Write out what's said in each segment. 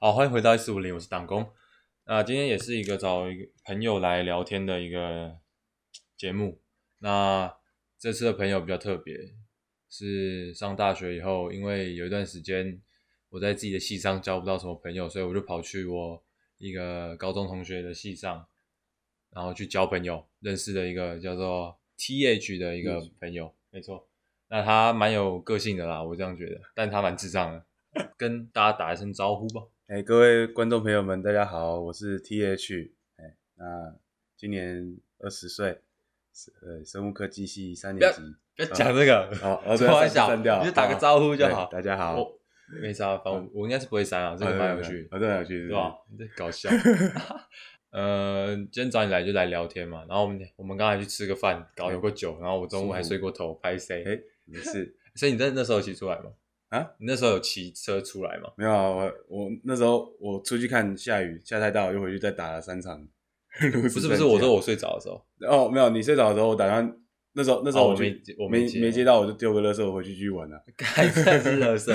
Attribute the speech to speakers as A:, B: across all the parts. A: 好，欢迎回到一四五零，我是党工。那、今天也是一个找一个朋友来聊天的一个节目。那这次的朋友比较特别，是上大学以后，因为有一段时间我在自己的系上交不到什么朋友，所以我就跑去我一个高中同学的系上，然后去交朋友，认识了一个叫做 T H 的一个朋友，没错。那他蛮有个性的啦，我这样觉得，但他蛮智障的。跟大家打一声招呼吧。
B: 哎、各位观众朋友们，大家好，我是 TH，哎、那今年二十岁，是呃，生物科技系三年级。
A: 不要讲这个，
B: 哦哦，对
A: 开玩
B: 删
A: 笑
B: 删掉，
A: 你就打个招呼就
B: 对
A: 好。
B: 大家 好，嗯
A: 我没啥，反正我我应该是不会删啊，这
B: 哦
A: 个
B: 对
A: 蛮有
B: 对
A: 趣，
B: 哦对蛮有趣
A: 对
B: 是
A: 吧？你在搞笑。 呃，今天找你来就来聊天嘛，然后我们我们刚才去吃个饭，搞有过酒，然后我中午还睡过头，拍谁？
B: 哎，没事，
A: 所以你在那时候有骑出来吗？
B: 啊，
A: 你那时候有骑车出来吗？
B: 没有啊，我我那时候我出去看下雨，下太大，我就回去再打了三场。不
A: 不是不是，我说我睡着的时候，
B: 啊哦，没有，你睡着的时候，我打算那时候那时
A: 哦
B: 候
A: 我
B: 去
A: 没接我没
B: 没
A: 接
B: 接到，我就丢个垃圾，我回去继续玩了。
A: 该算是垃圾。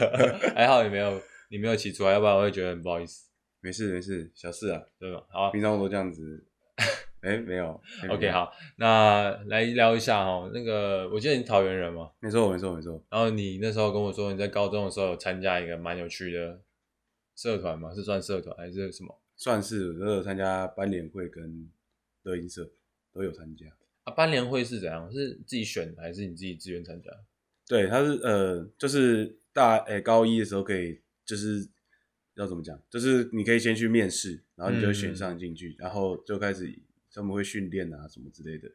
A: 还好你没有你没有骑出来，要不然我会觉得很不好意思，
B: 没事没事，小事啊，
A: 对吗？好啊，
B: 平常我都这 样子。哎，没有。哎
A: OK，，好，那来聊一下哦。那个，我记得你桃园人嘛，
B: 没有没错没错没错。
A: 然后你那时候跟我说你在高中的时候有参加一个蛮有趣的社团嘛，是算社团还是什么？
B: 算是我都有参加班联会跟乐音社都有参加。
A: 啊，班联会是怎样？是自己选的还是你自己自愿参加？
B: 对，他是呃，就是大诶、高一的时候可以，就是要怎么讲，就是你可以先去面试，然后你就会
A: 嗯
B: 选上进去，然后就开始他们会训练啊什么之类的。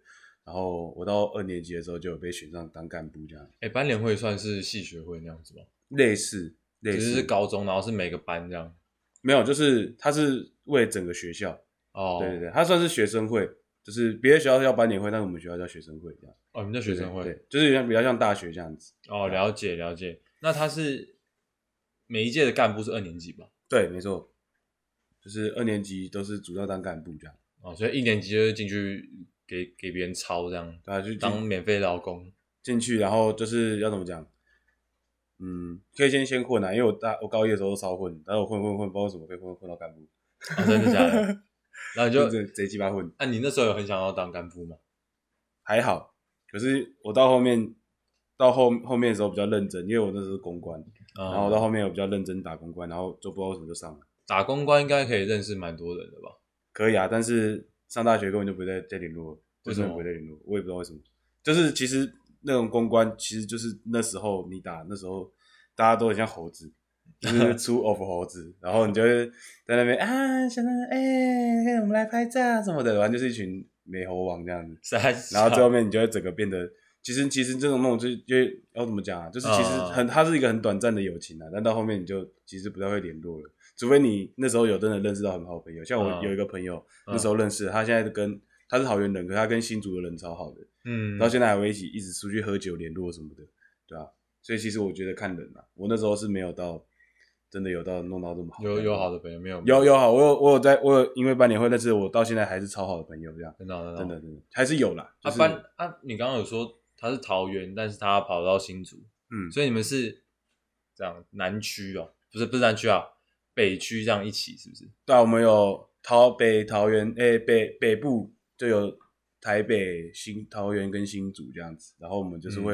B: 然后我到二年级的时候就有被选上当干部，这样
A: 哎、班联会算是系学会那样子吗？
B: 类似类
A: 只
B: 似
A: 是是高中，然后是每个班这样。
B: 没有，就是他是为整个学校，
A: 哦，
B: 对对对，他算是学生会，就是别的学校叫班联会，但是我们学校叫学生会这样。
A: 哦，你们叫学生会？
B: 对，对就是有点比较像大学这样子。
A: 哦，了解了解。那他是每一届的干部是二年级吧？
B: 对，没错，就是二年级都是主要当干部这样，
A: 哦，所以一年级就是进去给给别人抄这样，
B: 对啊，就
A: 当
B: 进
A: 免费劳工。
B: 进去，然后就是要怎么讲，嗯，可以先先混啊，因为我大我高一的时候都超混，然后我混混混，不知道为什么被混混到干部，
A: 哦，真的假 的？然后你就
B: 就，贼鸡巴混，
A: 那、你那时候有很想要当干部吗？
B: 还好，可是我到后面到后后面的时候比较认真，因为我那时候是公关，
A: 然
B: 然后我到后面我比较认真打公关，然后就不知道为什么就上了，
A: 打公关应该可以认识蛮多人的吧？
B: 可以啊，但是上大学根本就不会再再联络了，
A: 为
B: 就
A: 什么
B: 真的不会再联络？我也不知道为什么。就是其实那种公关，其实就是那时候你打，那时候大家都很像猴子，就 是出 of 猴子，然后你就会在那边啊，想到哎、我们来拍照什么的，反正就是一群美猴王这样子。
A: 三小，
B: 然后最后面你就会整个变得，其实其实这种那种就就要怎么讲啊？就是其实
A: 哦
B: 很，它是一个很短暂的友情啊，但到后面你就其实不太会联络了，除非你那时候有真的认识到很好的朋友，像
A: 嗯
B: 我有一个朋友、
A: 嗯
B: 那时候认识的，他现在跟他是桃园人，可他跟新竹的人超好的，
A: 嗯，
B: 到现在还会一起一直出去喝酒联络什么的，对啊，所以其实我觉得看人啊，我那时候是没有到真的有到弄到这么好，
A: 有有好的朋友没有？
B: 有有好，我有我有在我有因为班年会认识，我到现在还是超好的朋友这样。
A: 真的哦真
B: 真
A: 的
B: 的
A: 哦。
B: 真的还是有啦，
A: 啊
B: 就是
A: 班啊，你刚刚有说他是桃园，但是他跑到新竹，
B: 嗯，
A: 所以你们是这样南区哦，不是不是南区啊，北区这样一起是不是？
B: 对啊，我们有桃北、桃园，诶、北北部就有台北、新桃园跟新竹这样子，然后我们就是会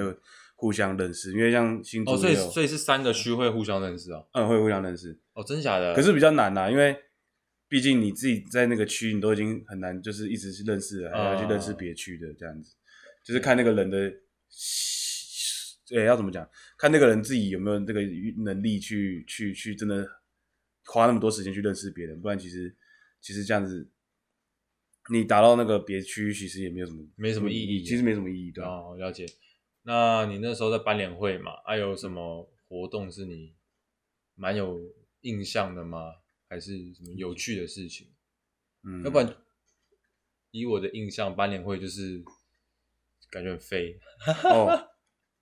B: 互相认识，因为像新
A: 嗯
B: 竹
A: 哦，所
B: 也
A: 以
B: 有，
A: 所以是三个区会互相认识哦。
B: 嗯会互相认识，
A: 哦，真假的？
B: 可是比较难啦、因为毕竟你自己在那个区，你都已经很难就是一直去认识了，还要去认识
A: 啊
B: 别区的这样子，就是看那个人的。对，要怎么讲？看那个人自己有没有这个能力去去去真的花那么多时间去认识别人，不然其实其实这样子，你达到那个别区其实也没有什么
A: 没什么意义
B: 其实没什么意义，对吧、啊
A: 哦，了解。那你那时候在班联会嘛，还、有什么活动是你蛮有印象的吗？还是什么有趣的事情？
B: 嗯，
A: 要不然，以我的印象，班联会就是感觉很废。
B: 哦，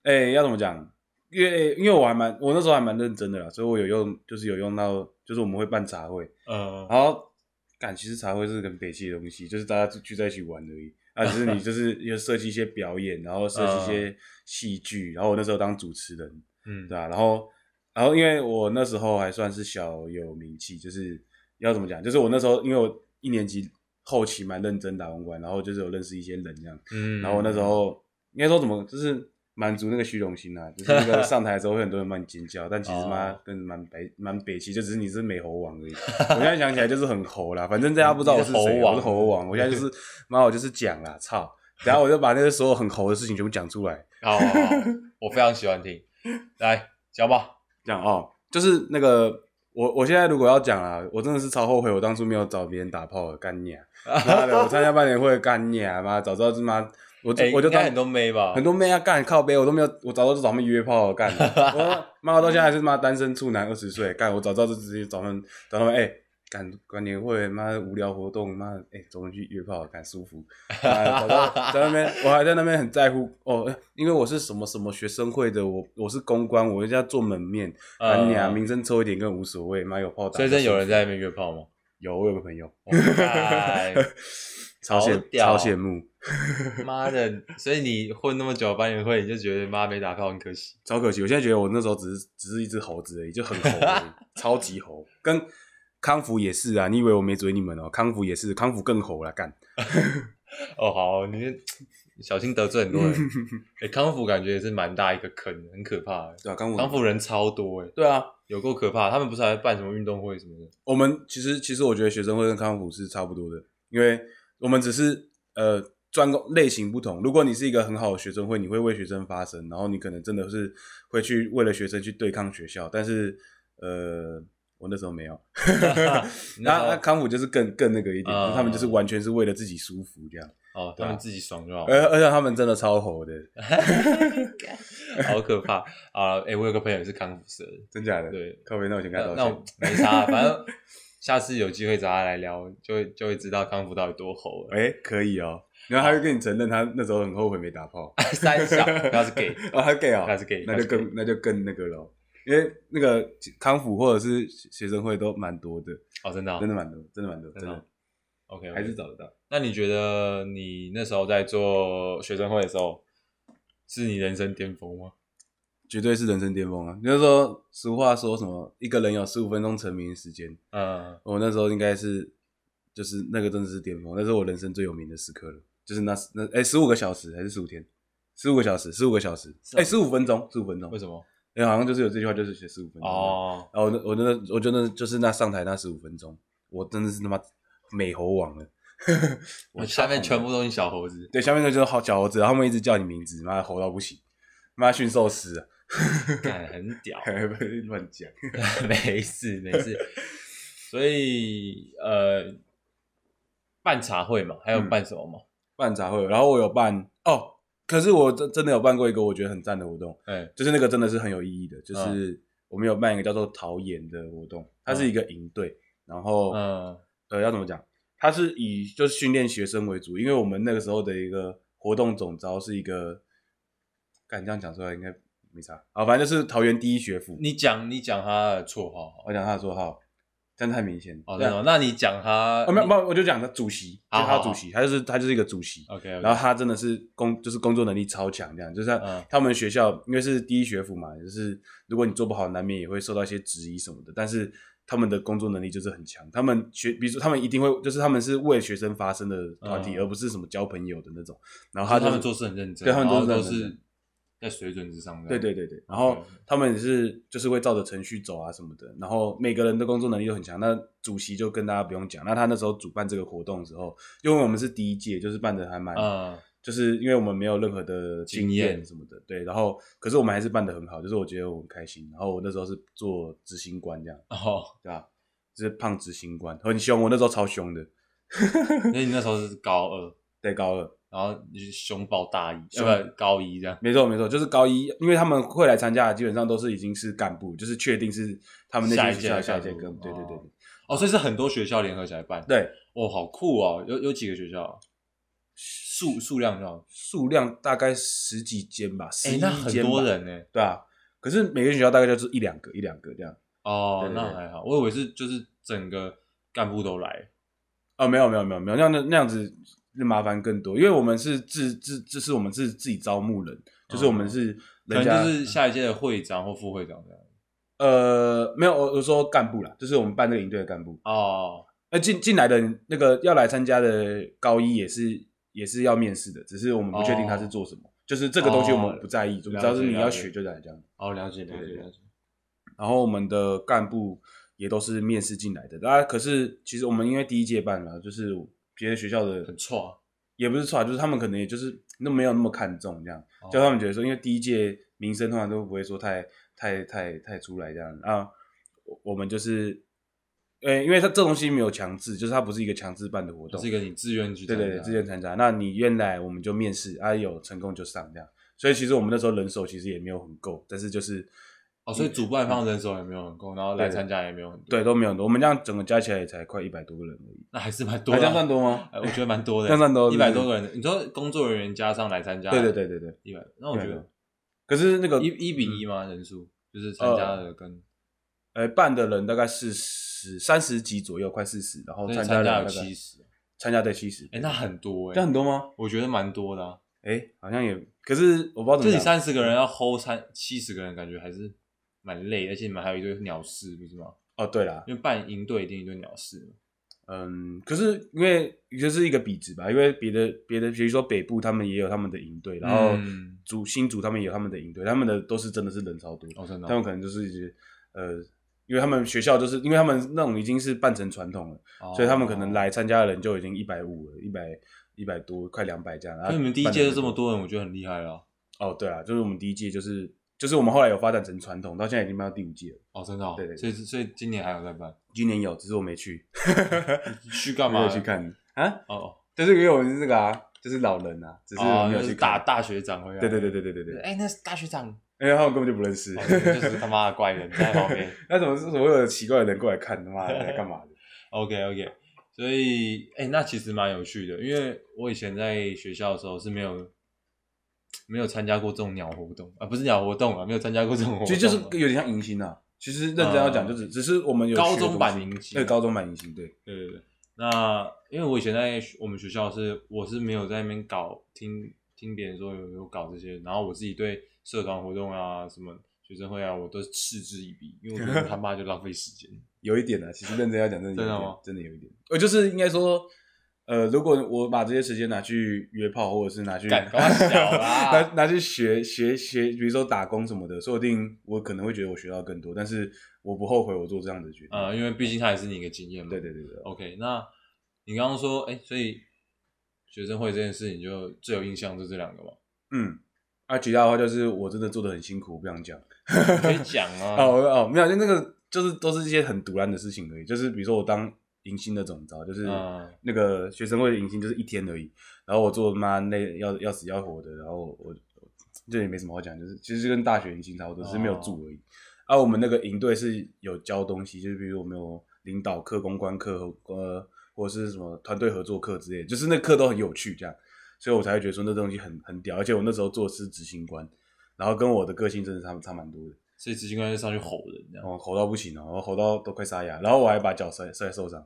B: 哎、要怎么讲？因为因为我还蛮我那时候还蛮认真的啦，所以我有用，就是有用到，就是我们会办茶会，
A: 呃，
B: 然后感其实茶会是很北气的东西，就是大家聚聚在一起玩而已。啊，只是你就是 要设计一些表演，然后设计一些戏剧，然后我那时候当主持人，
A: 嗯
B: 对，吧、然后然后因为我那时候还算是小有名气，就是要怎么讲，就是我那时候因为我一年级后期蛮认真打公关，然后就是有认识一些人这样，
A: 嗯，
B: 然后我那时候应该说怎么，就是满足那个虚荣心啊，就 是那个上台之后会很多人帮你尖叫，但其实妈
A: 哦
B: 跟蛮北蛮北气，就只是你是美猴王而已。我现在想起来就是很猴啦，反正大家不知道我是
A: 你是
B: 谁，
A: 猴王
B: 我是猴王，我现在 就是妈我就是讲啦，操！然后我就把那个所有很猴的事情全部讲出来，
A: 好，好好我非常喜欢听，来讲吧，
B: 这样哦，就是那个。我我现在如果要讲啊，我真的是超后悔，我当初没有找别人打炮的，干你啊！妈的，我参加半年会干你啊！妈，早知道就妈，我就、
A: 哎
B: 我就
A: 应该
B: 当
A: 很多妹吧，
B: 很多妹啊干靠背，我都没有，我早知道就找他们约炮了 干。我妈我到现在还是妈单身处男二十岁干，我早知道就直接找他们找他们哎。干管年会，妈的无聊活动，妈的哎，走、们去约炮，干 舒服。妈的早知道在那边，我还在那边很在乎哦，因为我是什么什么学生会的，我我是公关，我一定要做门面。
A: 呃
B: 干你啊，名声臭一点更无所谓，妈有炮打。
A: 所以真的有人在那边约炮吗？
B: 有，我有个朋友，
A: 哇塞
B: 超羡
A: 好屌
B: 超羡慕，
A: 妈的！所以你混那么久的班员会，你就觉得妈没打炮很可惜。
B: 超可惜，我现在觉得我那时候只是只是一只猴子而已，就很猴而已，超级猴。跟康福也是啊，你以为我没追你们哦？康福也是，康福更猴啦，干。
A: 哦，好，你这小心得罪很多 人。哎、康复感觉也是蛮大一个坑，很可怕欸的。
B: 对啊，康福
A: 康复人超多哎，
B: 对啊，
A: 有够可怕。他们不是还办什么运动会什么的？
B: 我们其实其实我觉得学生会跟康复是差不多的，因为我们只是呃专攻类型不同。如果你是一个很好的学生会，你会为学生发声，然后你可能真的是会去为了学生去对抗学校，但是呃。我那时候没有， 那
A: 那时候
B: 那康复就是更更那个一点，
A: 啊
B: 他们就是完全是为了自己舒服这样，
A: 哦，他
B: 对啊
A: 们自己爽就好，
B: 而而且他们真的超猴的，
A: 好可怕啊！哎、我有个朋友也是康复社的，
B: 真假的？，
A: 对，
B: 靠边，那我 先跟他
A: 那
B: 道
A: 那我。没
B: 歉
A: 差，啊反正下次有机会找他来聊，就会就会知道康复到底多猴了。
B: 哎、可以哦。然后他就跟你承认，他那时候很后悔没打炮。
A: 三小，他是 gay，
B: 啊，他 gay 啊、
A: 他是 gay，
B: 那就更那就更那个了，因为那个康复或者是学生会都蛮多的，
A: 哦，真的、哦，
B: 真的蛮多，真的蛮多，
A: 真
B: 真
A: 的
B: 的
A: OK，
B: 还是找得到。
A: 那你觉得你那时候在做学生会的时候，是你人生巅峰吗？
B: 绝对是人生巅峰啊！就是说，俗话说什么，一个人有十五分钟成名时间，
A: 嗯，
B: 我那时候应该是，就是那个真的是巅峰，那是我人生最有名的时刻了。就是那那哎，十、5五个小时还是十五天？十五个小时，十五个小时，
A: 是啊
B: 哎、1十五分钟，十五分钟
A: 为。什么？
B: 哎、好像就是有这句话，就是写十五分钟。
A: 哦，
B: 然后我那我那我觉得就是那上台那十五分钟，我真的是他妈美猴王 了。
A: 我下面全部都是小猴子，
B: 对，下面那就是好小猴子，他们一直叫你名字，妈的猴到不行，妈驯兽师、啊，
A: 干很屌，
B: 乱讲。
A: 没事没事。所以呃，办茶会嘛，还
B: 嗯
A: 有办什么嘛？
B: 办茶会，然后我有办哦，可是我真真的有办过一个我觉得很赞的活动，
A: 哎、
B: 就是那个真的是很有意义的，
A: 嗯
B: 就是我们有办一个叫做陶研的活动，它是一个营队，然后
A: 嗯
B: 呃，要怎么讲？它是以就是训练学生为主，因为我们那个时候的一个活动总招是一个，敢这样讲出来应该没啥啊，反正就是桃园第一学府。
A: 你讲你讲他的绰号好了，
B: 我讲他的绰号，这样太明显。
A: 哦，
B: 这
A: 真
B: 样
A: 的哦，那你讲他，
B: 啊，没有没有，我就讲他主席，就
A: 好
B: 是他
A: 好
B: 主席，他就是他就是一个主席。
A: o k
B: 然后他真的是工，就是工作能力超强，这样就是他、
A: 嗯
B: 他们学校因为是第一学府嘛，就是如果你做不好，难免也会受到一些质疑什么的。但是他们的工作能力就是很强，他们学，比如说他们一定会，就是他们是为学生发声的团体，
A: 嗯
B: 而不是什么交朋友的那种。然后
A: 他
B: 就是
A: 他们做事很认真，
B: 对他们
A: 然后
B: 做
A: 都
B: 事很认
A: 是嗯
B: 真
A: 在水准之上的，
B: 对对对对，然后他们也是就是会照着程序走啊什么的，然后每个人的工作能力都很强。那主席就跟大家不用讲，那他那时候主办这个活动的时候，因为我们是第一届，就是办的还蛮，
A: 嗯
B: 就是因为我们没有任何的经
A: 经
B: 验
A: 验
B: 什么的，对，然后可是我们还是办的很好，就是我觉得我很开心。然后我那时候是做执行官这样，
A: 哦，
B: 对吧？就是胖执行官，很凶，我那时候超凶的，
A: 所以你那时候是高二，
B: 对，高二。
A: 然后你是凶暴大一，
B: 凶
A: 呃，不高一这样。
B: 没错没错，就是高一，因为他们会来参加，的，基本上都是已经是干部，就是确定是他们
A: 下
B: 那
A: 一
B: 些
A: 届
B: 学校
A: 的
B: 下一
A: 干
B: 届
A: 部
B: 干部，对对对
A: 哦哦，所以是很多学校联合起来办。
B: 对对。
A: 哦，好酷哦！有有几个学校啊？数数量上，
B: 数量大概十几间吧，十
A: 哎
B: 一，
A: 那很
B: 间吧
A: 多，人呢。
B: 对啊。可是每个学校大概就是一两个，一两个这样。
A: 哦，
B: 对对对
A: 那还好，我以为是就是整个干部都来。
B: 哦，没有没有没有没有，那样的那样子麻烦更多，因为我们是自自，这是我们是自己招募人，就是我们是
A: 可能
B: 人家嗯
A: 就是下一届的会长或副会长这样。
B: 呃，没有，我我说干部啦，就是我们办这个营队的干部。
A: 哦，
B: 那进进来的那个要来参加的高一也是也是要面试的，只是我们不确定他是做什么，就是这个东西我们不在意，我们只要是你要学就来这样。
A: 哦，了解了
B: 对
A: 解
B: 对
A: 了解。
B: 然后我们的干部也都是面试进来的，啊，可是其实我们因为第一届办了，就是别的学校的
A: 很错啊，
B: 也不是错啊，就是他们可能也就是那没有那么看重这样，
A: 哦
B: 就他们觉得说，因为第一届名声通常都不会说太太太太出来这样啊，我我们就是，呃、因为它这东西没有强制，就是它不是一个强制办的活
A: 这
B: 动，
A: 是一个你自愿去
B: 对
A: 参
B: 对对，
A: 加
B: 自愿参加，那你愿来我们就面试啊，有成功就上这样，所以其实我们那时候人手其实也没有很够，但是就是
A: 哦，所以主办方人手也没有很够，然后来
B: 嗯对对
A: 参加也没有很多，
B: 对都没有很多，我们这样整个加起来也才快一百多个人而已，
A: 那还是蛮多
B: 啊
A: 的啊，
B: 这样算多吗？
A: 哎，我觉得蛮多的，
B: 这 样算多
A: 一
B: 是不
A: 百
B: 是
A: 多个人。你说工作人员加上来参加，
B: 对对对对对，嗯
A: 一百，那我觉
B: 100
A: 得
B: 多可是那个
A: 一一比一吗？人数就是参加的跟
B: 呃，办的人大概是十三十几左右，快四十，然后
A: 所以
B: 哦参
A: 参
B: 加人
A: 加
B: 大
A: 有
B: 概
A: 七，十，
B: 参加对七十，
A: 哎，那很多
B: 这
A: 哎
B: 样很，多吗？
A: 我觉得蛮多的啊。
B: 哎，好像也，可是我不知道怎
A: 就
B: 么
A: 你
B: 讲，
A: 三十个人要 hold 参七十个人，感觉还是蛮累，而且你们还有一堆鸟事，不是吗？
B: 哦，对啦，
A: 因为办营队一定一堆鸟事嘛。
B: 嗯，可是因为就是一个比值吧，因为别的别的，比如说北部他们也有他们的营队，然后
A: 嗯
B: 主新竹他们也有他们的营队，他们的都是真的是人超多，
A: 哦，真的哦，
B: 他们可能就是一些呃，因为他们学校就是因为他们那种已经是办成传统了，
A: 哦
B: 所以他们可能。来参加的人就已经一百五了，一百一百多，快两百这样。然
A: 所
B: 后
A: 以你们第一届就这
B: 办得很
A: 么多人，我觉得很厉害了啊。
B: 哦，对啊，就是我们第一届就是就是我们后来有发展成传统，到现在已经办到第五届了。
A: 哦，真的哦
B: 对对对
A: 所以所以今年还有在办，
B: 今年有，只是我没去，
A: 去干
B: 没
A: 嘛？
B: 有去看啊，
A: 哦哦，
B: 就是因为我是这个啊，就是老人啊，只是我
A: 哦，
B: 没有
A: 就
B: 去
A: 是大。
B: 看
A: 大学长回来。
B: 对对对对对对对，
A: 哎，那是大学长，
B: 因为他们根本就不认识
A: 哦，就是他妈的怪人在旁边。
B: 那怎么是所有的奇怪的人过来看，他妈的来干嘛的？
A: OK OK，所以哎、那其实蛮有趣的，因为我以前在学校的时候是没有没有参加过这种鸟活动啊，不是鸟活动啊，没有参加过这种活动啊，
B: 其实就是有点像迎新啊。其实认真要
A: 嗯
B: 讲，就是只是我们有
A: 高
B: 学的
A: 中
B: 东
A: 版
B: 西
A: 迎新
B: 对哦高中版迎新，啊对
A: 对对对。那因为我以前在学我们学校是我是没有在那边搞听听别人说有有搞这些，然后我自己对社团活动啊什么学生会啊，我都是嗤之以鼻，因为我觉得他妈就浪费时 间。
B: 有一点啊。其实认真要讲，真的
A: 真
B: 有一
A: 的
B: 点
A: 吗，
B: 真的有一点。呃，就是应该说，呃，如果我把这些时间拿去约炮，或者是拿去
A: 干搞小啦
B: 拿拿去学学学，比如说打工什么的，说不定我可能会觉得我学到更多，但是我不后悔我做这样的决定。
A: 呃，因为毕竟它也是你一个经验嘛。
B: 对对对对，
A: OK，那你刚刚说，哎、所以学生会这件事情就最有印象就这两个嘛？
B: 嗯，啊，其他的话就是我真的做的很辛苦，我不想讲。
A: 你可以讲啊。
B: 哦哦，没有，就那个就是都是一些很独然的事情而已，就是比如说我当迎新的总招，就是
A: 嗯
B: 那个学生会的迎新就是一天而已，然后我做得妈累要要死要活的，然后我我这也没什么好讲，就是其实就跟大学迎新差不多，只是没有住而已。啊，我们那个营队是有教东西，就是比如我们有领导课、公关课和呃或者是什么团队合作课之类的，就是那课都很有趣这样，所以我才会觉得说那东西很很屌，而且我那时候做的是执行官。然后跟我的个性真的差差蛮多的，
A: 所以执行官就上去吼人，这样、
B: 哦，吼到不行哦，我吼到都快沙哑，然后我还把脚摔摔受伤。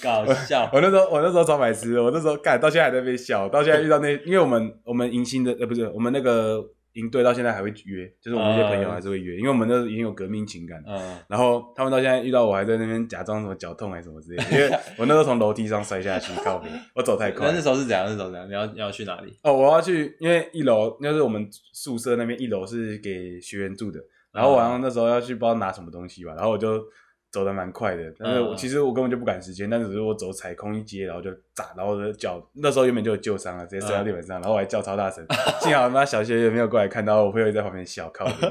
A: 搞 笑。
B: 我那时候我那时候超白痴的，我那时候干到现在还在被笑，到现在遇到那，因为我们我们迎新的呃不是我们那个营队到现在还会约，就是我们那些
A: 哦
B: 朋友还是会约，因为我们那时候已经有革命情感。
A: 嗯，
B: 然后他们到现在遇到我还在那边假装什么脚痛还是什么之 类的，因为我那时候从楼梯上摔下去，靠边，我走太快
A: 那。那时候是怎样？那时候怎样？你要你要去哪里？
B: 哦，我要去，因为一楼那是我们宿舍那边一楼是给学员住的，然
A: 嗯
B: 后我好像那时候要去不知道拿什么东西吧，然后我就走的蛮快的，但是我
A: 嗯
B: 其实我根本就不赶时间，但只是我走踩空一阶，然后就砸，然后我的脚那时候原本就有旧伤啊了，直接摔到地板上，然后我还叫超 大声，幸好他妈小学也没有过来看到，我朋友在旁边笑，靠背，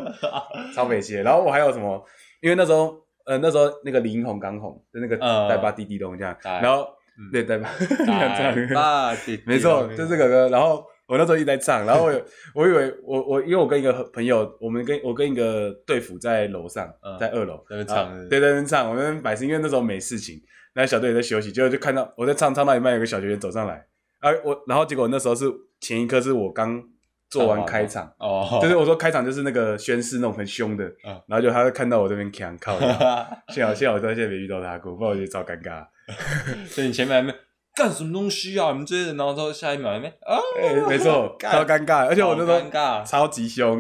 B: 超 北气的。然后我还有什么？因为那时候呃那时候那个林红刚红就那个
A: 嗯
B: 带把滴滴咚这样，
A: 哎
B: 然后
A: 嗯
B: 对带把，
A: 哎爸弟哦弟
B: 没错，就这个歌。然后我那时候一直 在唱，然后我有我以为我我因为我跟一个朋友，我们跟我跟一个队服在楼上
A: 嗯，
B: 在二楼
A: 在那边唱
B: 然后
A: 是不是
B: 对，在那边唱，我们在那边摆事，因为那时候没事情，那小队也在休息，结果就看到我在唱，唱到一半有个小学员走上来，啊，我然后结果那时候是前一刻是我刚做完开场。
A: 哦，
B: 就是我说开场就是那个宣誓那种很凶的，
A: 嗯
B: 然后就他会看到我这边 扛靠腰，幸好幸好我到现在没遇到他过，不然我觉得超尴尬。
A: 所以你前面还没干什么东西啊？你们这些人，然后之后下一秒那边啊，
B: 哎、没错，超尴尬，而且我那时候
A: 好尴尬
B: 超级凶，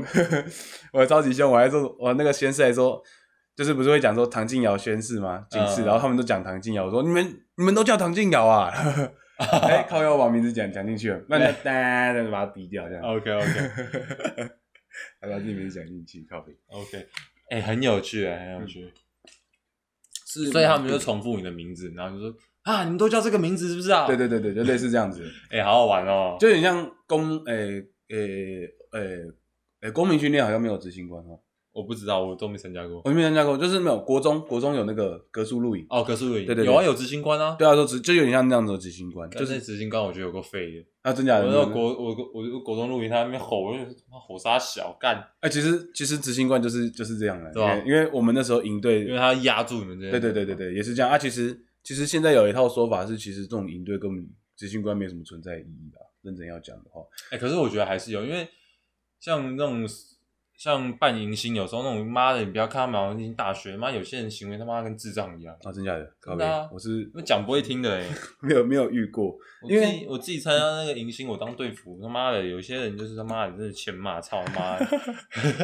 B: 我超级凶，我还说，我那个宣誓还说，就是不是会讲说唐静瑶宣誓吗？警示，
A: 嗯
B: 然后他们都讲唐静瑶，我说你们你们都叫唐静瑶啊，哎、靠腰我把名字讲讲进去了，那那哒，那就把它逼掉，这样，
A: OK OK
B: 还把自己名字讲进去，靠背，
A: OK，哎、很有趣、哎，很有趣。
B: 是
A: 所以他们就重复你的名字，然后就说啊，你们都叫这个名字是不是啊？
B: 对，对对对，就类似这样子，
A: 哎、好好玩哦。
B: 就有点像公，诶诶诶诶，公民训练好像没有执行官哦，
A: 我不知道，我都没参加过。
B: 我没有参加过，就是没有国中国中有那个格数录影。
A: 哦，可是我
B: 对对对
A: 有啊，有执行官啊，
B: 对啊，说执就有点像那样子的执行官，
A: 就
B: 就是是
A: 执行官，我觉得有够废的。
B: 啊，真假
A: 我
B: 的？
A: 那时候国我我我国中录音，他在那边吼，我就他妈吼啥小干，
B: 哎、其实其实执行官就是就是这样的，
A: 对啊
B: 因为因为我们那时候营队
A: 因为，他压住你们这些。
B: 对对对对对，也是这样啊。其实其实现在有一套说法是，其实这种营队根本执行官没有什么存在意义的啊。认真要讲的话，
A: 哎、可是我觉得还是有，因为像那种像半迎新，有时候那种妈的，你不要看他们好像进大学，妈有些人行为他妈跟智障一样，
B: 啊，真假的？靠
A: 真
B: 北
A: 的啊
B: 我是
A: 那讲不会听的哎、
B: 没有没有遇过，
A: 我
B: 因
A: 自
B: 为
A: 己我自己参加那个迎新，我当队服，他妈的，有些人就是他妈的，真是欠骂，操他妈 的，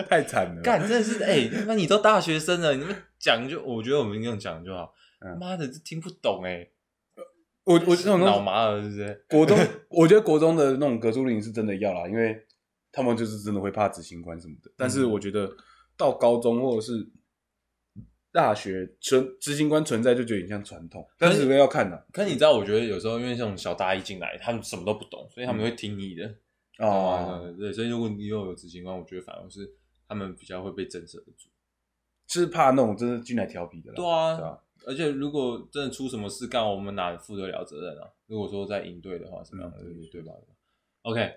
B: 太惨了。
A: 干真的是哎，那、你都大学生了，你们讲就，我觉得我们这样讲就好
B: 嗯，
A: 妈、的，这听不懂哎、
B: 我我这种
A: 脑麻了是不是？
B: 国中，我觉得国中的那种格助令是真的要啦，因为他们就是真的会怕执行官什么的。但
A: 嗯
B: 是我觉得到高中或者是大学，存执行官存在就觉得有点像传统，但是要看的
A: 可是你知道，我觉得有时候因为这种小大一进来，他们什么都不懂，所以他
B: 嗯
A: 们会听你的。
B: 啊，
A: 对对，所以如果你又有执行官，我觉得反而是他们比较会被震慑得住。
B: 是怕那种真的进来调皮的啦。
A: 对啊
B: 对啊，
A: 而且如果真的出什么事干，我们哪负得了责任啊？如果说在营队的话，什么样的、
B: 嗯
A: 对吧？OK，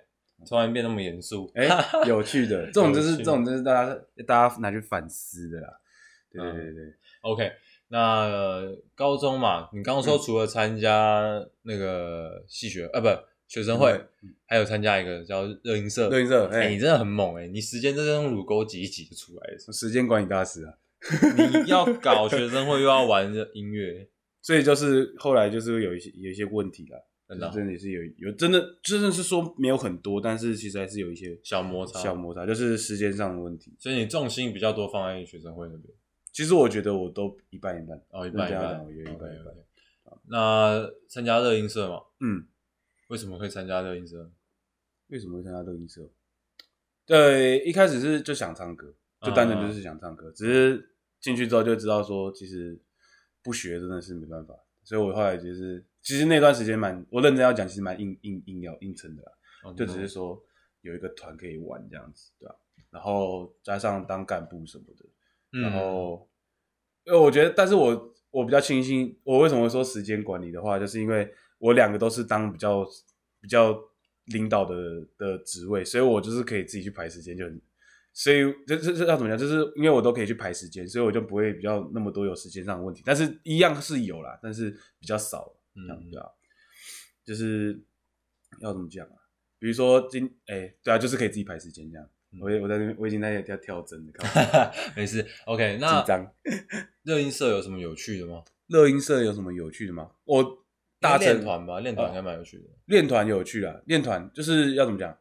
A: 突然变那么严肃，
B: 哎、有趣的，这种就是这种就是大家大家拿去反思的啦。对
A: 嗯
B: 对对对，
A: OK，那、呃高中嘛，你刚刚说除了参加那个系学、啊，不学生会，还有参加一个叫热音社。
B: 乐音社，
A: 嗯哎、
B: 哎、
A: 你真的很猛哎、你时间真的用乳沟挤一挤就出来了。
B: 时间管理大师啊。
A: 你要搞学生会又要玩音乐，
B: 所以就是后来就是有一些有一些问题啦，
A: 真的 啊
B: 真的也是有有真的真的是说没有很多，但是其实还是有一些
A: 小摩擦
B: 小摩擦，就是时间上的问题。
A: 所以你重心比较多放在学生会那边，
B: 其实我觉得我都一半一半，
A: 哦，一半一
B: 这样
A: 半，
B: 讲我觉得一半一半
A: OK，OK。那参加热音社嘛，
B: 嗯，
A: 为什么会参加热音社？
B: 为什么会参加录音社？对，一开始是就想唱歌，就单纯就是想唱歌，只是进去之后就知道说，其实不学真的是没办法。所以我后来就是，其实那段时间蛮，我认真要讲，其实蛮硬硬硬要硬撑的啦。
A: 哦
B: 就只是说有一个团可以玩这样子，对吧、啊然后加上当干部什么的，
A: 嗯
B: 然后，因为我觉得，但是我我比较庆幸，我为什么会说时间管理的话，就是因为我两个都是当比较比较领导的的职位，所以我就是可以自己去排时间，就很，所以这这这要怎么讲？就是因为我都可以去排时间，所以我就不会比较那么多有时间上的问题，但是一样是有啦，但是比较少，
A: 嗯
B: 这样对吧、啊就是要怎么讲啊？比如说今哎、对啊，就是可以自己排时间这样。
A: 嗯
B: 我也我在那边，我已经在要跳针了，靠
A: 没事，OK。那
B: 紧张。
A: 热音社有什么有趣的吗？
B: 乐音社有什么有趣的吗？我大哦
A: 练
B: 成
A: 团吧，练团应该蛮有趣的。
B: 练团有趣啦，练团就是要怎么讲？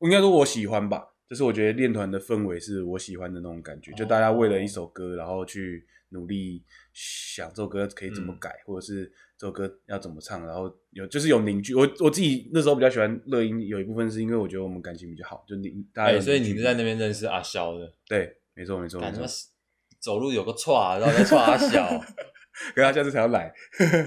B: 应该说我喜欢吧，就是我觉得练团的氛围是我喜欢的那种感觉，
A: 哦
B: 就大家为了一首歌，然后去努力想这首歌可以怎么
A: 嗯
B: 改，或者是这首歌要怎么唱，然后有就是有凝聚。我我自己那时候比较喜欢乐音，有一部分是因为我觉得我们感情比较好，就凝大家
A: 哎，
B: 有凝聚、
A: 所以你是在那边认识阿肖的，
B: 对，没错没错没
A: 感
B: 错
A: 觉，走路有个歘，然后在歘阿 肖。
B: 可他下次才要来，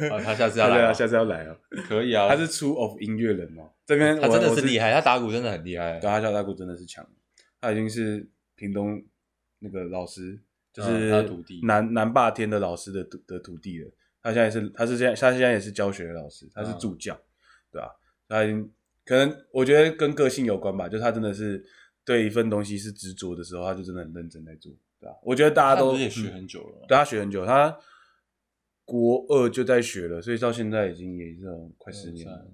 A: 啊他下次要来
B: 对啊，
A: 吗
B: 下次要来哦。
A: 可以啊，
B: 他是 True of 音乐人哦，这边
A: 他真的是厉
B: 害。
A: 害，他打鼓真的很厉害
B: 对，。啊他小大姑真的是强，他已经是屏东那个老师，就是
A: 嗯他徒弟
B: 南南霸天的老师的徒的徒弟了。他现在是，他是现在，他现在也是教学的老师，他是
A: 嗯
B: 助教，对吧、他已经可能我觉得跟个性有关吧，就是他真的是对一份东西是执着的时候，他就真的很认真在做，对吧、我觉得大
A: 他
B: 家都
A: 不是也学
B: 嗯
A: 很久了吗。
B: 对他学很久，他国二就在学了，所以到现在已经也是
A: 嗯
B: 快十年了。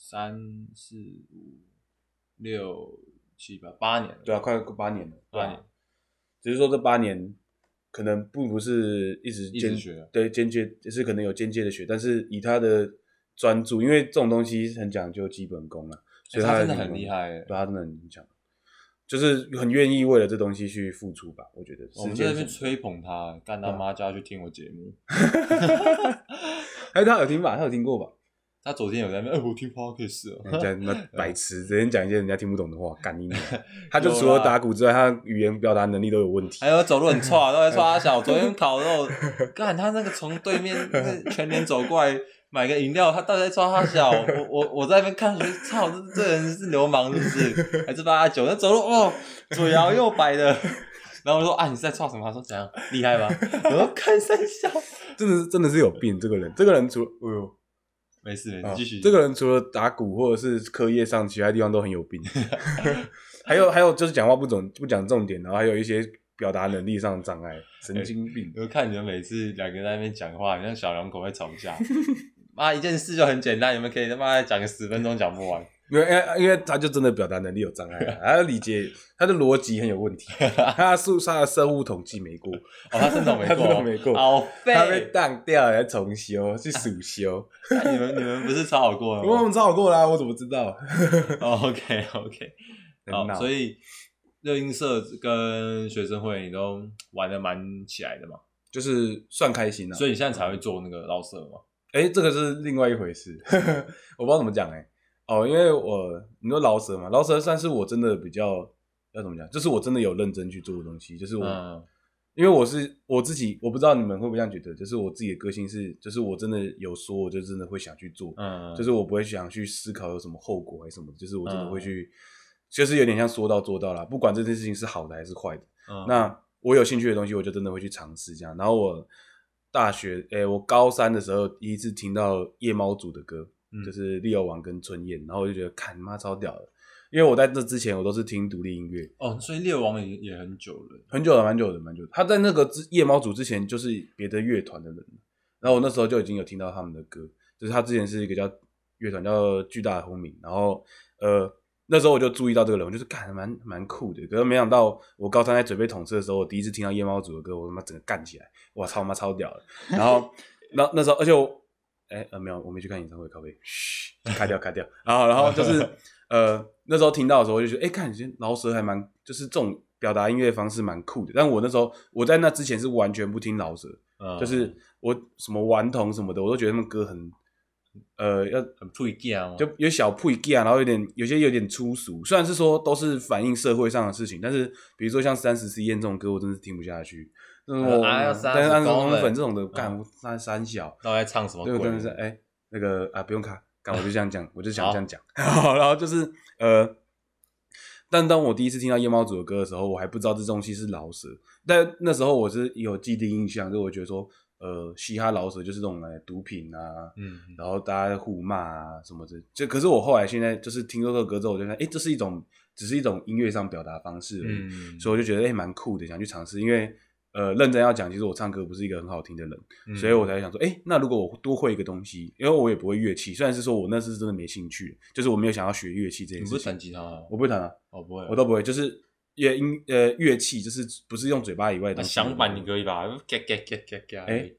A: 三四五六七八八年了，哎
B: 对啊，快八年了，对啊
A: 八年。
B: 只是说这八年可能并不是一直
A: 一
B: 间
A: 直学啊
B: 对间接是可能有间接的学，但是以他的专注，因为这种东西很讲究基本功了，所以
A: 哎他
B: 的
A: 真的
B: 基本
A: 很
B: 功
A: 厉，害耶。欸
B: 对他真的很强，就是很愿意为了这东西去付出吧，我觉得。
A: 我们
B: 时
A: 在
B: 间啊
A: 那边
B: 是
A: 吹捧他，干他妈叫他去听我节目。
B: 哎，他有听吧？他有听过 吧？
A: 他昨天有在那边，哎、我听 podcast 哦。
B: 人家那白痴，直接讲一些人家听不懂的话，干你娘！他就
A: 有
B: 除了
A: 啦
B: 打鼓之外，他语言表达能力都有问题。
A: 还有走路很臭啊，都在说阿小。我昨天烤肉， 干他那个从对面那全年走过来买个饮料，他到底在抓阿小。我我我在那边看，我就操，这这人是流氓是不 是？还是八阿九？那走路哦，左摇右摆的。 然后我说啊，你是在抓什么？他说怎样厉害吗？我说看三小，
B: 真的是真的是有病，这个人，这个人除了，哎呦，
A: 没事没
B: 啊
A: 事，继续。
B: 这个人除了打鼓或者是课业上，其他地方都很有 病。 还有还有就是讲话不总不讲重点，然后还有一些表达能力上的障碍，神经病。
A: 我看你们每次两个人在那边讲话，很像小两口在吵 架。妈，一件事就很简单，你们可以他妈讲个十分钟讲不完。哦
B: 因为因为因为他就真的表达能力有障碍啊， 他的理解他的逻辑很有问题，他的数他的生物统计 没过，
A: 哦，他真的没
B: 他
A: 过，
B: 真的没过
A: 好
B: 他被
A: 废。
B: 当掉来重修去 暑修。
A: 啊你们你们不是超好过了
B: 我
A: 吗
B: 们超好过啦，我怎么知道？
A: 哦？OK OK，
B: 很
A: 好，
B: 闹
A: 所以热音社跟学生会你都玩的蛮起来的嘛，
B: 就是算开心了、啊
A: 所以你现在才会做那个捞社嘛。
B: 哎、这个是另外一回事， 我不知道怎么讲哎、哦，因为我你说饶舌嘛，饶舌算是我真的比较要怎么讲，就是我真的有认真去做的东西，就是我，
A: 嗯，
B: 因为我是我自己，我不知道你们会不会这样觉得，就是我自己的个性是，就是我真的有说，我就真的会想去做，
A: 嗯，
B: 就是我不会想去思考有什么后果还是什么，就是我真的
A: 嗯
B: 会去，就是有点像说到做到啦，不管这件事情是好的还是坏的，
A: 嗯
B: 那我有兴趣的东西，我就真的会去尝试这样。然后我大学，诶、我高三的时候第一次听到夜猫组的歌，
A: 嗯
B: 就是利友王跟春燕，然后我就觉得，看妈超屌的。因为我在这之前，我都是听独立音乐，
A: 哦，所以猎王也也很久了。
B: 很久了，蛮久的，蛮久的。他在那个之夜猫组之前，就是别的乐团的人，然后我那时候就已经有听到他们的歌，就是他之前是一个叫乐团叫巨大的轰鸣，然后呃那时候我就注意到这个人，我就是干蛮蛮酷的，可是没想到我高三在准备统测的时候，我第一次听到夜猫组的歌，我他妈整个干起来，哇操妈超屌的，然后那那时候而且我哎、呃没有我没去看演唱会，咖啡，嘘，卡掉卡掉，然后然后就是呃那时候听到的时候我就觉得哎、看你这饶舌还蛮就是这种表达音乐方式蛮酷的，但我那时候我在那之前是完全不听饶舌。
A: 嗯，
B: 就是我什么顽童什么的，我都觉得他们歌很，呃，要
A: 很不一样哦，
B: 就有小不一样，然后有点有些有点粗俗。虽然是说都是反映社会上的事情，但是比如说像三十 C 验这种歌，我真的是听不下去。那种我，
A: 哎呀
B: 但是
A: 30
B: 按照
A: 公嗯
B: 红
A: 粉
B: 粉这种的，干我三三小，
A: 到底在唱什么
B: 对，
A: 鬼？
B: 我真的是哎、那个啊，不用卡，干我就这样讲，我就想
A: 哦好
B: 这样讲。 然后就是呃，但当我第一次听到夜猫组的歌的时候，我还不知道这东西是饶舌。但那时候我是有既定印象，就我觉得说，呃，嘻哈饶舌就是这种哎毒品啊，
A: 嗯，嗯
B: 然后大家互骂啊什么的。就可是我后来现在就是听到这个歌之后，我就觉得，哎、这是一种只是一种音乐上表达方式而已。
A: 嗯，
B: 所以我就觉得哎蛮、酷的，想去尝试。因为呃认真要讲，其实我唱歌不是一个很好听的人，
A: 嗯
B: 所以我才想说，哎、那如果我多会一个东西，因为我也不会乐器，虽然是说我那次是真的没兴趣，就是我没有想要学乐器这
A: 你
B: 件
A: 不
B: 事
A: 是
B: 情。
A: 弹吉他啊？
B: 我不会弹啊，
A: 我不会，
B: 我都不会，就是乐音呃乐器，就是不是用嘴巴以外
A: 那
B: 的东西。
A: 响板你可以吧？嘎嘎嘎嘎嘎。
B: 哎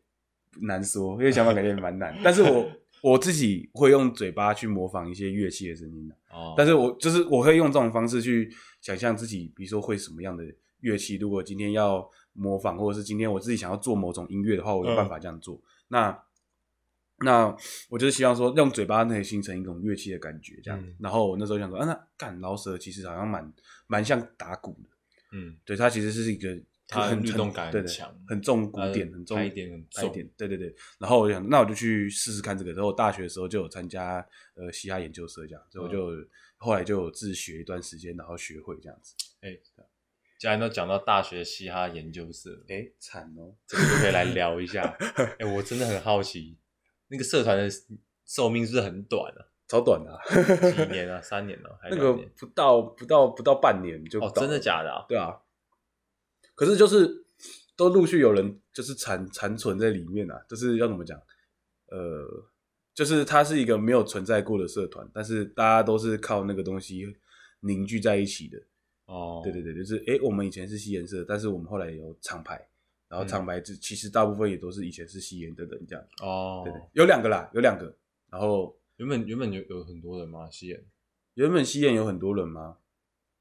B: 难说，因为想法感觉也蛮难，但是 我。我自己会用嘴巴去模仿一些乐器的声音、啊，
A: 哦，
B: 但是我就是我会用这种方式去想象自己，比如说会什么样的乐器。如果今天要模仿，或者是今天我自己想要做某种音乐的话，我有
A: 嗯
B: 办法这样做。那那我就是希望说，用嘴巴那里形成一种乐器的感觉，这样。
A: 嗯
B: 然后我那时候想说，啊，那干饶舌其实好像蛮蛮像打鼓的，
A: 嗯，
B: 对，它其实是一个
A: 它
B: 很
A: 律动感很
B: 对的
A: 强呃
B: 很重古典，
A: 它
B: 很重
A: 拍点很
B: 拍
A: 重
B: 点，对对对。然后我就想，那我就去试试看这个。然后我大学的时候就有参加呃嘻哈研究社这样，所以我就、
A: 嗯
B: 后来就有自学一段时间，然后学会这样子。
A: 既然都讲到大学嘻哈研究社了，
B: 哎，惨哦，
A: 这个就可以来聊一下。哎、我真的很好奇，那个社团的寿命是不是很短啊？
B: 超短的、啊，
A: 几年啊？三年啊？还
B: 那
A: 是
B: 个
A: 两年？
B: 不到不到不到半年就
A: 哦，
B: 搞
A: 真的
B: 了
A: 假的啊？
B: 对啊，可是就是都陆续有人就是残残存在里面啊，就是要怎么讲？呃，就是它是一个没有存在过的社团，但是大家都是靠那个东西凝聚在一起的。
A: 哦，
B: 对对对，就是诶，我们以前是西颜社，但是我们后来有厂牌，然后厂牌这其实大部分也都是以前是吸烟的人这样。
A: 哦，
B: 对，有两个啦，有两个。然后
A: 原本原本有有很多人嘛，吸烟，
B: 原本吸烟有很多人吗？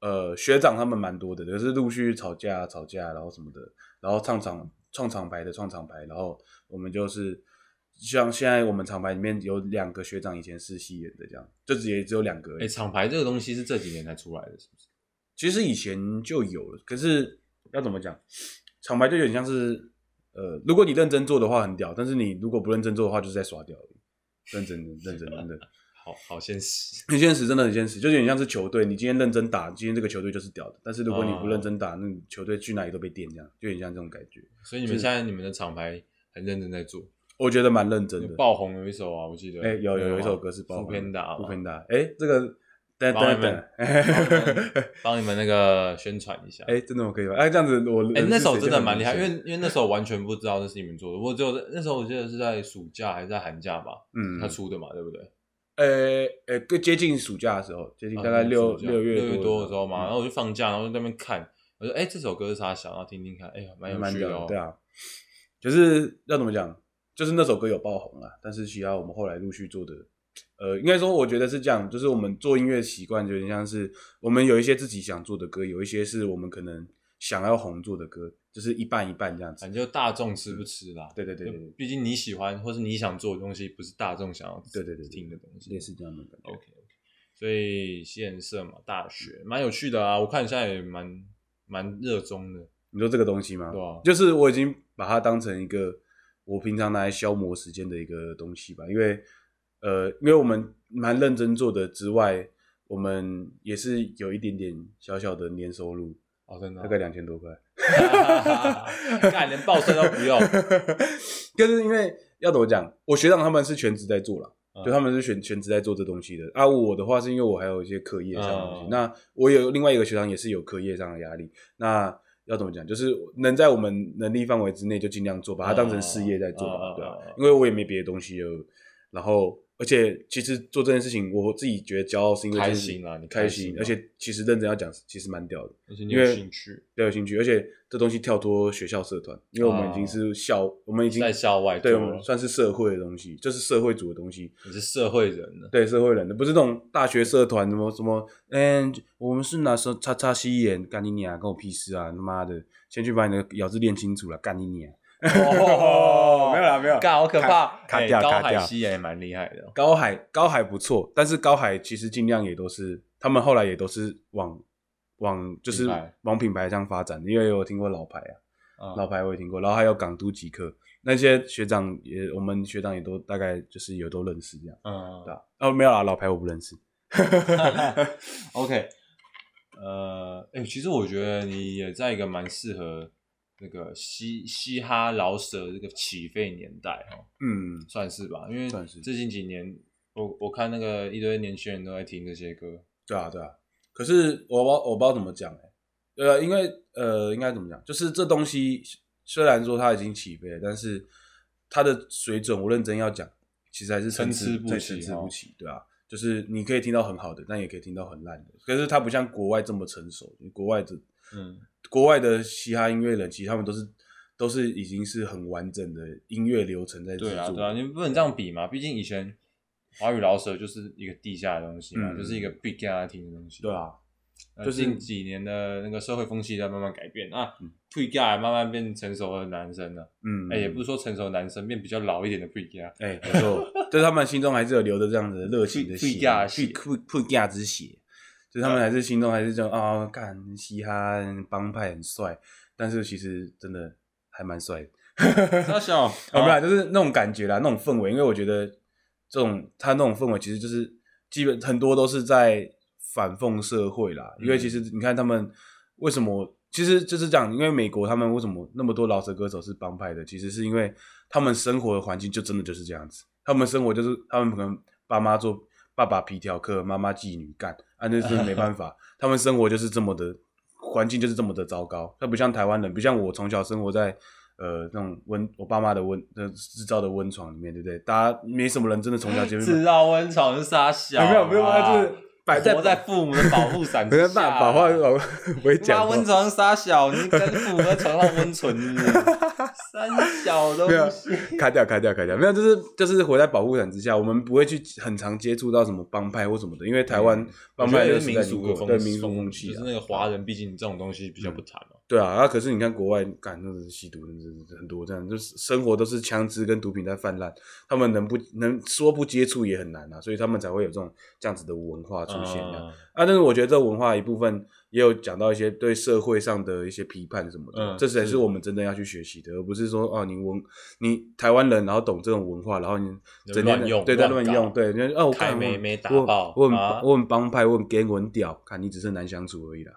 B: 呃，学长他们蛮多的，可是陆续吵架、吵架，然后什么的，然后唱厂创厂牌的创厂牌，然后我们就是像现在我们厂牌里面有两个学长以前是吸烟的，这样就只也只有两个而已。
A: 哎，厂牌这个东西是这几年才出来的，是不是？
B: 其实以前就有了，可是要怎么讲，厂牌就有点像是，呃，如果你认真做的话很屌，但是你如果不认真做的话，就是在耍屌而已。认真的，认真的，认真的，
A: 好好现实，
B: 很现实，真的很现实，就有点像是球队，你今天认真打，今天这个球队就是屌的，但是如果你不认真打，那你球队去哪里都被电，这样就有点像这种感觉。
A: 所以你们现在你们的厂牌很认真在做，
B: 我觉得蛮认真的。
A: 爆红有一首啊，我记得，
B: 哎、有有有一首歌是包
A: 富偏达，
B: 不偏达。哎、这个等
A: 帮
B: 等
A: 你们
B: 等，
A: 帮你们那个宣传一下。
B: 哎、真的我可以吗？哎、这样子我
A: 哎、那首真的蛮厉害，因
B: 为
A: 为因为那时候完全不知道那是你们做的，我只有在那时候我记得是在暑假还是在寒假吧，
B: 嗯，
A: 他出的嘛，对不对？
B: 呃呃，更接近暑假的时候，接近大概
A: 啊
B: 六
A: 暑假
B: 六
A: 六
B: 月
A: 多的时候嘛，哦然
B: 嗯
A: 后我就放假，然后就在那边看，我说哎、这首歌是啥想要听听看，哎、呀，蛮有
B: 蛮
A: 趣的
B: 屌
A: 哦
B: 的，。对啊，就是要怎么讲，就是那首歌有爆红啦，但是其他我们后来陆续做的，呃，应该说我觉得是这样，就是我们做音乐习惯就有点像是我们有一些自己想做的歌，有一些是我们可能想要红做的歌，就是一半一半这样子
A: 反。正就大众吃不吃啦，
B: 对对对
A: 就
B: 对对
A: 毕竟你喜欢或是你想做的东西，不是大众想要
B: 对对对对
A: 听的东西，
B: 类似这样的感觉。
A: OK OK，所以现社嘛，大学蛮有趣的啊，我看现在也蛮蛮热衷的，
B: 你说这个东西吗？
A: 对啊
B: 就是我已经把它当成一个我平常拿来消磨时间的一个东西吧，因为呃，因为我们蛮认真做的之外，我们也是有一点点小小的年收入，
A: 哦，真的、
B: 大概两千多块。
A: 干连报社都不用，
B: 就是因为要怎么讲，我学长他们是全职在做
A: 嗯
B: 了。就他们是全全职在做这东西的啊，我的话是因为我还有一些课业上的东西，
A: 嗯
B: 那我有另外一个学长也是有课业上的压力，那要怎么讲，就是能在我们能力范围之内就尽量做，把它当成事业在做吧，
A: 嗯
B: 对吧、
A: 嗯嗯嗯
B: 因为我也没别的东西了，然后而且其实做这件事情，我自己觉得骄傲是因为
A: 开
B: 就是
A: 心啊你
B: 开
A: 开
B: 心
A: 心，啊
B: 而且其实认真要讲，其实蛮屌的，
A: 而且你
B: 因
A: 有
B: 为
A: 兴趣，
B: 比较有兴趣，而且这东西跳脱学校社团，因为我们已经是校，我们已
A: 哦
B: 经
A: 在校外做
B: 对，我们
A: 了，
B: 算是社会的东西，就是社会组的东西，
A: 你是社会人 了。
B: 对社会人的，不是那种大学社团什么什么，嗯，我们是拿手叉叉吸烟，干你娘，跟我屁事啊，他妈的，先去把你的咬字练清楚了，干你娘。
A: 哦
B: 没有啦，没有。
A: 干好可怕！
B: 卡
A: 哎
B: 掉
A: 高
B: 卡
A: 海
B: 掉
A: 西也蛮厉害的，
B: 高海高海不错，但是高海其实尽量也都是，他们后来也都是往往就是
A: 品牌
B: 往品牌上发展，因为我听过老牌啊，
A: 啊
B: 老牌我也听过，然后还有港都极客那些学长也，我们学长也都大概就是有都认识这样。
A: 嗯
B: 对啊，哦，没有啦，老牌我不认识。
A: ，OK，呃，哎、其实我觉得你也在一个蛮适合那个嘻嘻哈饶舌这个起飞年代哦，
B: 嗯，
A: 算是吧，因为
B: 算是
A: 最近几年，我我看那个一堆年轻人都在听这些歌，
B: 对啊，对啊。可是我不知道我不知道怎么讲哎、呃，因为呃，应该怎么讲？就是这东西虽然说它已经起飞了，但是它的水准，我认真要讲，其实还是参
A: 参差不齐
B: 对参差不齐，对啊。就是你可以听到很好的，但也可以听到很烂的。可是它不像国外这么成熟，国外的
A: 嗯，
B: 国外的嘻哈音乐人，其实他们都是都是已经是很完整的音乐流程在制作。
A: 对啊，对啊，你不能这样比嘛，毕竟以前华语饶舌就是一个地下的东西嘛，
B: 嗯
A: 就是一个 big 大家听的东西，
B: 对啊，
A: 呃
B: 就是
A: 近几年的那个社会风气在慢慢改变啊
B: 嗯，
A: 退价慢慢变成熟的男生了，
B: 嗯，
A: 哎、也不是说成熟的男生，变比较老一点的退 价，
B: 哎、没错，就是他们心中还是有留着这样子的热情的
A: 不不一样的
B: 血，
A: 血
B: 不不不一样之血，就是他们还是心中还是这种啊，干、嘻哈帮派很帅，但是其实真的还蛮帅的，
A: 那小，
B: 啊，不
A: 啊
B: 然就是那种感觉啦，那种氛围，因为我觉得这种他那种氛围其实就是基本很多都是在反讽社会啦，因为
A: 嗯
B: 其实你看他们为什么。其实就是这样，因为美国他们为什么那么多饶舌歌手是帮派的？其实是因为他们生活的环境就真的就是这样子，他们生活就是他们可能爸妈做爸爸皮条客，妈妈妓女干，啊，那是没办法，他们生活就是这么的环境就是这么的糟糕。他不像台湾人，不像我从小生活在呃那种温我爸妈的温呃制造的温床里面，对不对？大家没什么人真的从小 见
A: 制
B: 面，
A: 造温床是傻小、
B: 哎
A: 啊
B: 没有没有，他就是摆啊在
A: 活在父母的保护伞之
B: 没办
A: 下
B: 法
A: 啊，
B: 把话
A: 妈
B: 把话不会讲话。
A: 温床是傻小，你跟父母在床上温存是不是三小都
B: 没有
A: 不行。
B: 开掉，开掉，开掉，没有，就是就是活在保护伞之下，我们不会去很常接触到什么帮派或什么的，因为台湾
A: 嗯我
B: 帮
A: 觉
B: 派
A: 得也
B: 这个
A: 是
B: 时
A: 民
B: 代已经
A: 俗
B: 过
A: 的
B: 了
A: 风
B: 对民俗风气
A: 就
B: 啊
A: 是那个华人，毕竟这种东西比较不谈嘛。
B: 对啊，那、可是你看国外，干那是吸毒，真的是很多这样，就是生活都是枪支跟毒品在泛滥，他们能不能说不接触也很难啊，所以他们才会有这种这样子的文化出现这样、
A: 嗯
B: 啊。但是我觉得这文化一部分也有讲到一些对社会上的一些批判什么的，
A: 嗯
B: 这才是
A: 是
B: 我们真正要去学习的，而不是说哦，你文你台湾人，然后懂这种文化，然后你整天
A: 乱用
B: 对，在
A: 乱
B: 乱
A: 搞
B: 用，对，就是哦，我
A: 开
B: 干
A: 妹
B: 我
A: 妹打
B: 我
A: 爆
B: 我很、
A: 啊
B: 我很帮派，我很 gang，我很屌，看你只是难相处 而已啦。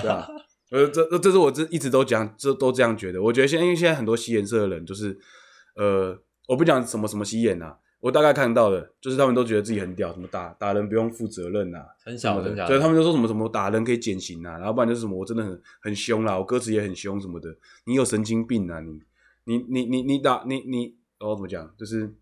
B: 对啊，呃，这这这是我这一直都讲，这都这样觉得。我觉得现在因为现在很多吸颜色的人，就是呃，我不讲什么什么吸眼啊，我大概看到的，就是他们都觉得自己很屌，什么打打人不用负责任啊，
A: 很
B: 什
A: 小
B: 么
A: 很
B: 的，
A: 小，
B: 对，他们就说什么什么打人可以减刑啊，然后不然就是什么我真的很很凶啦，我歌词也很凶什么的，你有神经病啊你，你你你你打你你哦怎么讲，就是。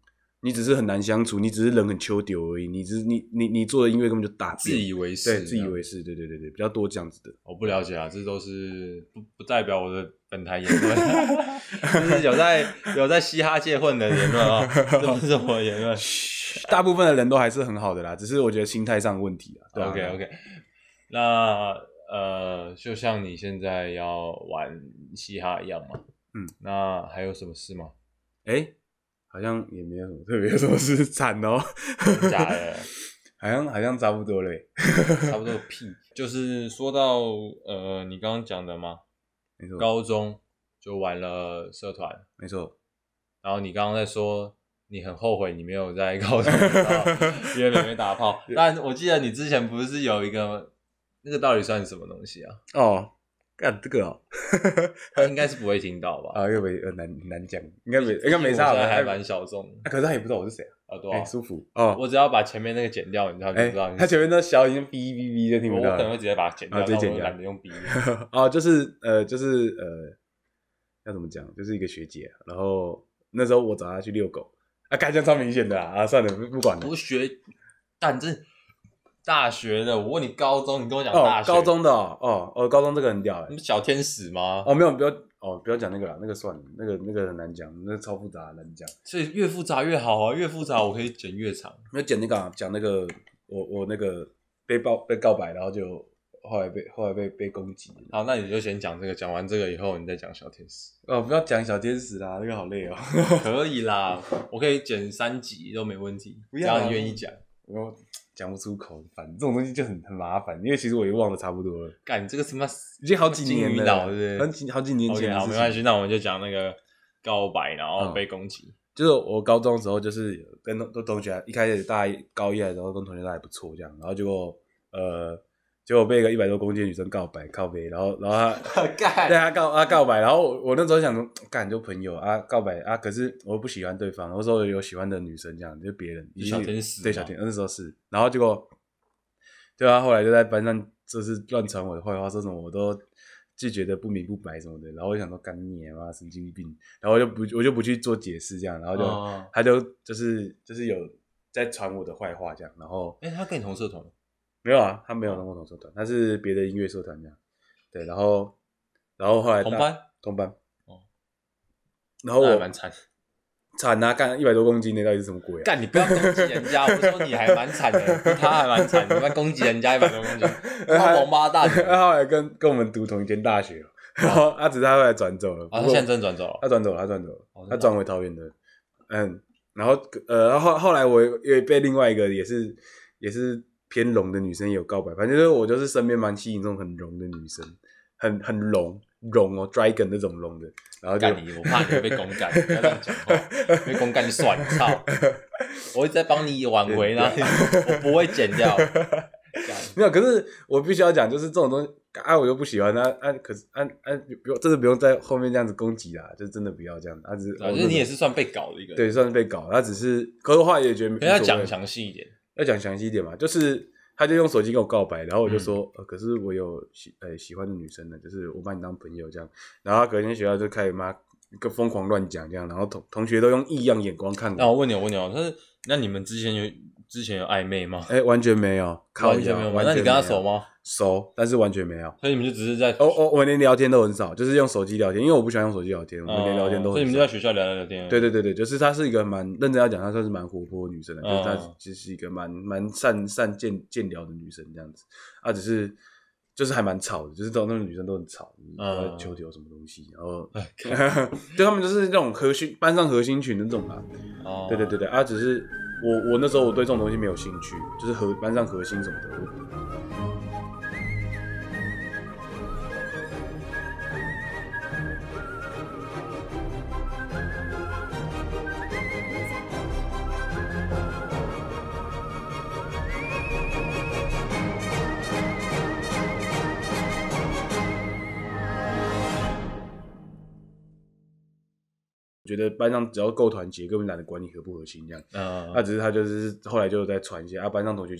B: 你只是很难相处，你只是人很丘丢而已，你只是你你你做的音乐根本就打
A: 自
B: 以
A: 以为是，
B: 对自以为是，对对对对，比较多这样子的。
A: 我不了解啊，这都是不不代表我的本台言论， 就是有在有在嘻哈界混的言论 啊、这不是我的言论。
B: 大部分的人都还是很好的啦，只是我觉得心态上的问题啊。对啊
A: OK OK，那呃，就像你现在要玩嘻哈一样嘛，
B: 嗯，
A: 那还有什么事吗？
B: 哎、好像也没有什么特别什么事惨哦，
A: 假的，
B: 好像好像差不多嘞。
A: 差不多屁。就是说到呃，你刚刚讲的嘛，
B: 没错，
A: 高中就玩了社团，
B: 没错，
A: 然后你刚刚在说你很后悔你没有在高中的时 候约妹妹打炮，但我记得你之前不是有一个那个到底算什么东西啊？
B: 哦，干这个哦，
A: 他应该是不会听到吧？
B: 啊，又没呃难难讲，应该没应该没啥
A: 我现在
B: 吧，
A: 还蛮小众
B: 啊可是他也不知道我是谁啊，
A: 啊，对
B: 哎、
A: 啊，
B: 舒服哦，
A: 我只要把前面那个剪掉，你知道就
B: 哎、
A: 知道你
B: 他
A: 是谁。
B: 前面那小已经哔哔哔就听
A: 我
B: 不
A: 可
B: 到
A: 能会
B: 了
A: 直。接把它剪掉，
B: 啊直接
A: 但我
B: 剪
A: 又
B: 掉
A: 懒得用笔。
B: 哦，就是呃，就是呃，要怎么讲，就是一个学姐，啊然后那时候我找她去遛狗，啊，感觉超明显的啊，啊算了，不不管了。
A: 不学，但这大学的，我问你高中，你跟我讲
B: 哦
A: 大，学，嗯
B: 高中的哦，哦，哦高中这个很屌哎
A: 你。是小天使吗？
B: 哦，没有，不要哦，不要讲那个啦，那个算了，那个那个很难讲，那个超复杂，很难讲。
A: 所以越复杂越好啊，越复杂我可以剪越长。
B: 那讲那个啊讲那个，我我那个被告被告白，然后就后来被后来被被攻击。
A: 好，那你就先讲这个，讲完这个以后，你再讲小天 使。
B: 哦，不要讲小天使啦，那个好累哦。
A: 可以啦，我可以剪三集都没问题，
B: 不
A: 只
B: 要啊
A: 要你愿意讲。
B: 我讲不出口，反正这种东西就很很麻烦，因为其实我也忘得差不多了，
A: 干，你这个什么
B: 已经好几年
A: 金鱼
B: 了，
A: 脑是不
B: 很
A: 是
B: 几好几年前
A: ？OK，
B: 的
A: 好，
B: 事
A: 没
B: 情嗯
A: 关系，那我们就讲那个告白，然后被攻 击。
B: 就是我高中的时候，就是有跟同同学一开始大一高一的时候跟同学都还不错这样，然后结果呃，结果被一个一百多公斤的女生告白靠背，然后然后她
A: 干
B: 对她告她告白，然后我我那时候想说，干就朋友啊告白啊，可是我又不喜欢对方，那时候有喜欢的女生这样，就别人
A: 就小天使
B: 对
A: 嘛
B: 小天那时候是，然后结果对啊，后来就在班上就是乱传我的坏话，说什么我都拒绝的不明不白什么的，然后我就想说干你啊妈神经病，然后我就不我就不去做解释这样，然后就、
A: 哦
B: 他就就是就是有在传我的坏话这样，然后
A: 哎、他跟你同社团吗？
B: 没有啊，他没有跟我同社团，他是别的音乐社团这样，对，然后然后后来大
A: 同班，
B: 同班
A: 哦，
B: 然后
A: 那还
B: 我
A: 蛮惨。
B: 惨啊，干一百多公斤的到底是什么鬼啊？
A: 干，你不要攻击人家，我说你还蛮惨的，比他还蛮惨，你他妈攻击人家一百多 公斤，他王八蛋。
B: 呃他后来跟跟我们读同一间大学，然后他只是他后来转走了，
A: 啊，
B: 不
A: 哦他
B: 过
A: 现在真的转走了。
B: 他转走了，他转走了，
A: 哦
B: 他转回桃园的，嗯，然后呃，后后来我也被另外一个也是也是偏聋的女生有告白，反正就是我就是身边蛮吸引这种很聋的女生，很很聋聋哦，dragon 那种聋的，然后就
A: 干你！我怕你会被公 干，不要这样讲话，被公干就算了，操！我会再帮你挽回，然后我不会剪 掉。干
B: 没有，可是我必须要讲，就是这种东西，啊，我又不喜欢，啊啊，可是啊啊，不用，真的不用在后面这样子攻击啦，就真的不要这样，啊，只是
A: 我觉得你也是算被搞的一个。，
B: 对，算是被搞，他啊只是可是话也觉得
A: 可是要
B: 无所谓
A: 讲详细一点。
B: 要讲详细一点嘛，就是他就用手机跟我告白，然后我
A: 嗯
B: 就说，呃，可是我有喜呃喜欢的女生呢，就是我把你当朋友这样，然后他隔天学校就开始妈个疯狂乱讲这样，然后同同学都用异样眼光看
A: 那我
B: 我，
A: 问你，我问你哦，他是那你们之前有之前有暧昧吗？
B: 哎、完全没有，靠
A: 完全没有吗？
B: 完
A: 那
B: 全
A: 你跟他
B: 没有
A: 熟？吗？
B: 熟，但是完全没有。
A: 所以你们就只是在
B: 哦哦，我连聊天都很少，就是用手机聊天，因为我不喜欢用手机聊天，我
A: 哦
B: 连聊天都
A: 所以你
B: 很
A: 们就
B: 少。
A: 在学校聊聊天。
B: 对对对对，就是她是一个蛮认真要讲，她算是蛮活泼的女生的，就是她
A: 嗯
B: 其实是一个蛮蛮善善见见聊的女生这样子，啊，只是就是还蛮吵的，就是这种那种女生都很吵，
A: 嗯
B: 球球什么东西，然后
A: 哎，
B: 就他们就是那种核心班上核心群的那种啊，
A: 哦
B: 对对对对，啊，只是我我那时候我对这种东西没有兴趣，就是核班上核心什么的，我觉得班上只要够团结，根本懒得管你核不核心这样。
A: 嗯，
B: 啊，只是他就是后来就在传一些啊，班上同学就。